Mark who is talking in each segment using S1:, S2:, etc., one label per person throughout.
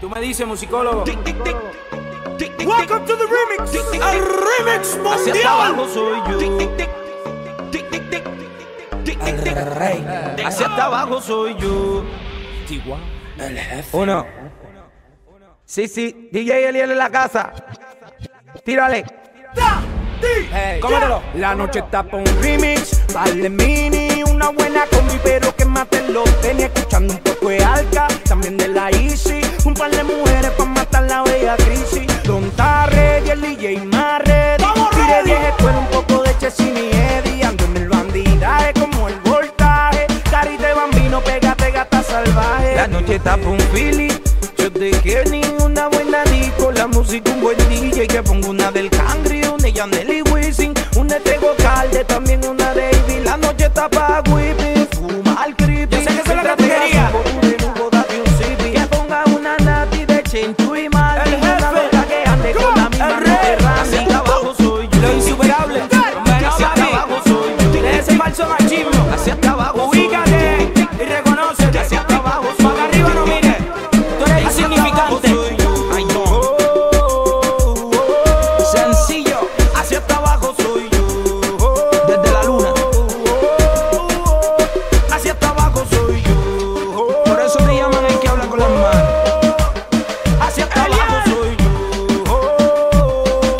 S1: Tú me dices, musicólogo.
S2: Tic, tic, tic. Tic, tic,
S1: Welcome to the remix.
S2: Tic, tic,
S1: El
S2: tic.
S1: remix
S2: Hacia abajo
S1: mundial.
S2: soy yo. Tic, tic, tic. Tic, tic, tic. Tic, tic, tic.
S1: Rey.
S2: Hacia abajo soy yo.
S1: Uno. Sí, sí. DJ Eliel en la casa. Tírale. Cómetelo.
S3: La noche está pa' un remix, vale mini, una buena combi, pero que maten los tenis, escuchando un poco de alca, también de la Easy, un par de mujeres pa' matar la bella crisis, Don Tarre y el DJ Marre,
S1: ¡Vamos,
S3: tire
S1: ready!
S3: 10 escuela, un poco de Chessin y Eddie, ando en el bandidaje como el voltaje, carita de bambino, pégate gata salvaje,
S2: La noche está pa' un Philly, yo te quiero ni una buena disco, la música un buen DJ, que pongo una del Cangri, una de Yandel y Wisin, una de Tego Calde, también una de Ivy, la noche está pa' Whippy, fumar creepy,
S3: Yo sé que eso es la
S2: Mientras te
S3: categoría.
S2: das un bote de nubo, date un sipi, que ponga una Nati de Chinchu y Martin,
S3: El
S2: una
S3: jefe.
S2: loca que ande con la misma
S3: El
S2: ropa de
S3: rey.
S2: Randy.
S3: Hacia
S2: abajo soy yo,
S3: lo insuperable,
S2: hacia abajo soy yo,
S3: de ese falso machismo,
S2: hacia abajo soy yo.
S3: ubícate y reconócete,
S2: Hacia abajo soy
S3: para arriba no mires, tú eres
S2: Hacia
S3: insignificante.
S2: abajo soy yo. Ay, no. Oh, Sencillo, hacia hasta abajo soy yo. Oh, Desde la luna. oh. Hacia hasta abajo soy yo. Por eso me llaman el que habla con las manos. Hacia hasta abajo soy Oh, yo.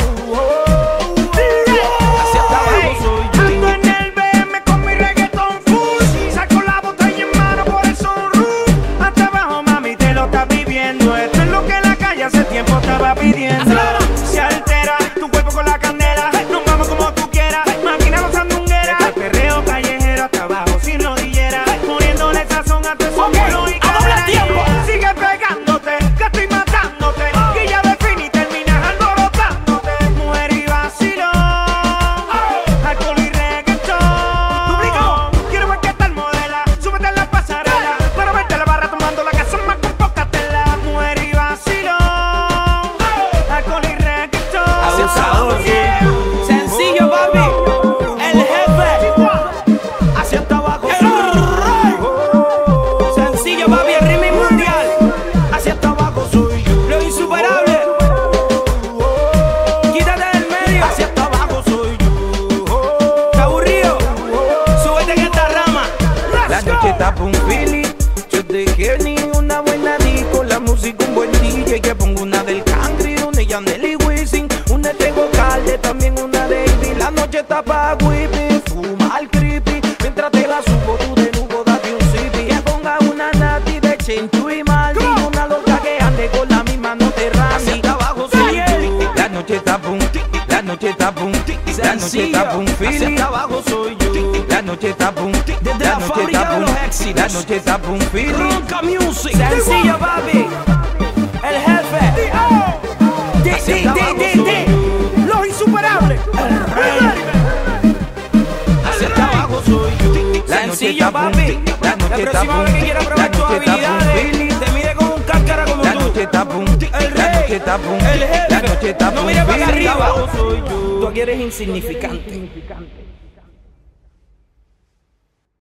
S2: Hacia hasta abajo soy yo.
S3: Ando en el BM con mi reggaeton full Saco la botella en mano por el sunroof Hasta abajo mami te lo estás viviendo Esto es lo que la calle hace tiempo estaba pidiendo Se altera tu cuerpo con la candela Nos vamos como tú quieras Máquina los sandungueras Al perreo callejero hasta abajo sin rodillera Poniéndole sazón a tu
S2: Ok,
S3: sombrero y
S2: a doble
S3: cadera.
S2: tiempo.
S3: Sigue pegándote, que estoy matándote Que ya de fin y terminas alborotándote Mujer y vacilón Alcohol y reggaetón. Duplico. Quiero ver que tal modela. Súbete a la pasarela. Para verte a la barra tomando la casa más con poca tela. Mujer y vacilón. Alcohol y reggaetón.
S2: Abusador.
S3: Yeah.
S2: Sencillo, papi. El jefe. Hacia hasta abajo. Sencillo, papi. El ritmo mundial. Hacia hasta abajo soy yo. Lo insuperable. Quítate del medio. Hacia hasta abajo soy yo. Está aburrido. Súbete en esta rama. La noche está pa' un Philly. Yo te quiero ni una buena disco. La música un buen DJ. Que pongo una del Cangri, una de Yandel y Wisin. Una de Tego Calde, también una de Ivy. La noche está pa' whippy. Fumar creepy. Mientras te la subo, tú de nuevo date un sipi. Que ponga una Nati de Chinchu y Maldi. Una loca que ande con la misma no te rami. abajo soy yo. La noche está pa' un La noche está pa' un La noche está pa' un Philly. abajo soy yo. La noche está pa' un
S4: Desde
S2: la
S4: la
S2: noche
S4: fábrica
S2: está
S4: de
S2: boom.
S4: los éxitos.
S2: La noche está boom, Philly.
S4: Ronca Music.
S2: Sencillo, papi. El jefe.
S3: Di,
S2: Hacia
S3: di,
S2: abajo
S3: di,
S2: soy
S3: di. Los insuperables. El rey.
S2: Hacia hasta abajo soy yo. La noche
S1: Sencillo,
S2: está boom.
S1: papi.
S2: La noche está
S1: próxima
S2: boom.
S1: vez que quiera probar
S2: La
S1: tus
S2: noche está boom, Philly.
S1: habilidades, te mide con un cáscara como
S2: La
S1: tú.
S2: noche está boom.
S1: El
S2: La
S1: rey.
S2: noche está boom.
S1: El jefe.
S2: La noche está
S1: No
S2: boom,
S1: mires para
S2: Philly.
S1: arriba.
S2: Abajo soy yo.
S1: Tú aquí eres insignificante.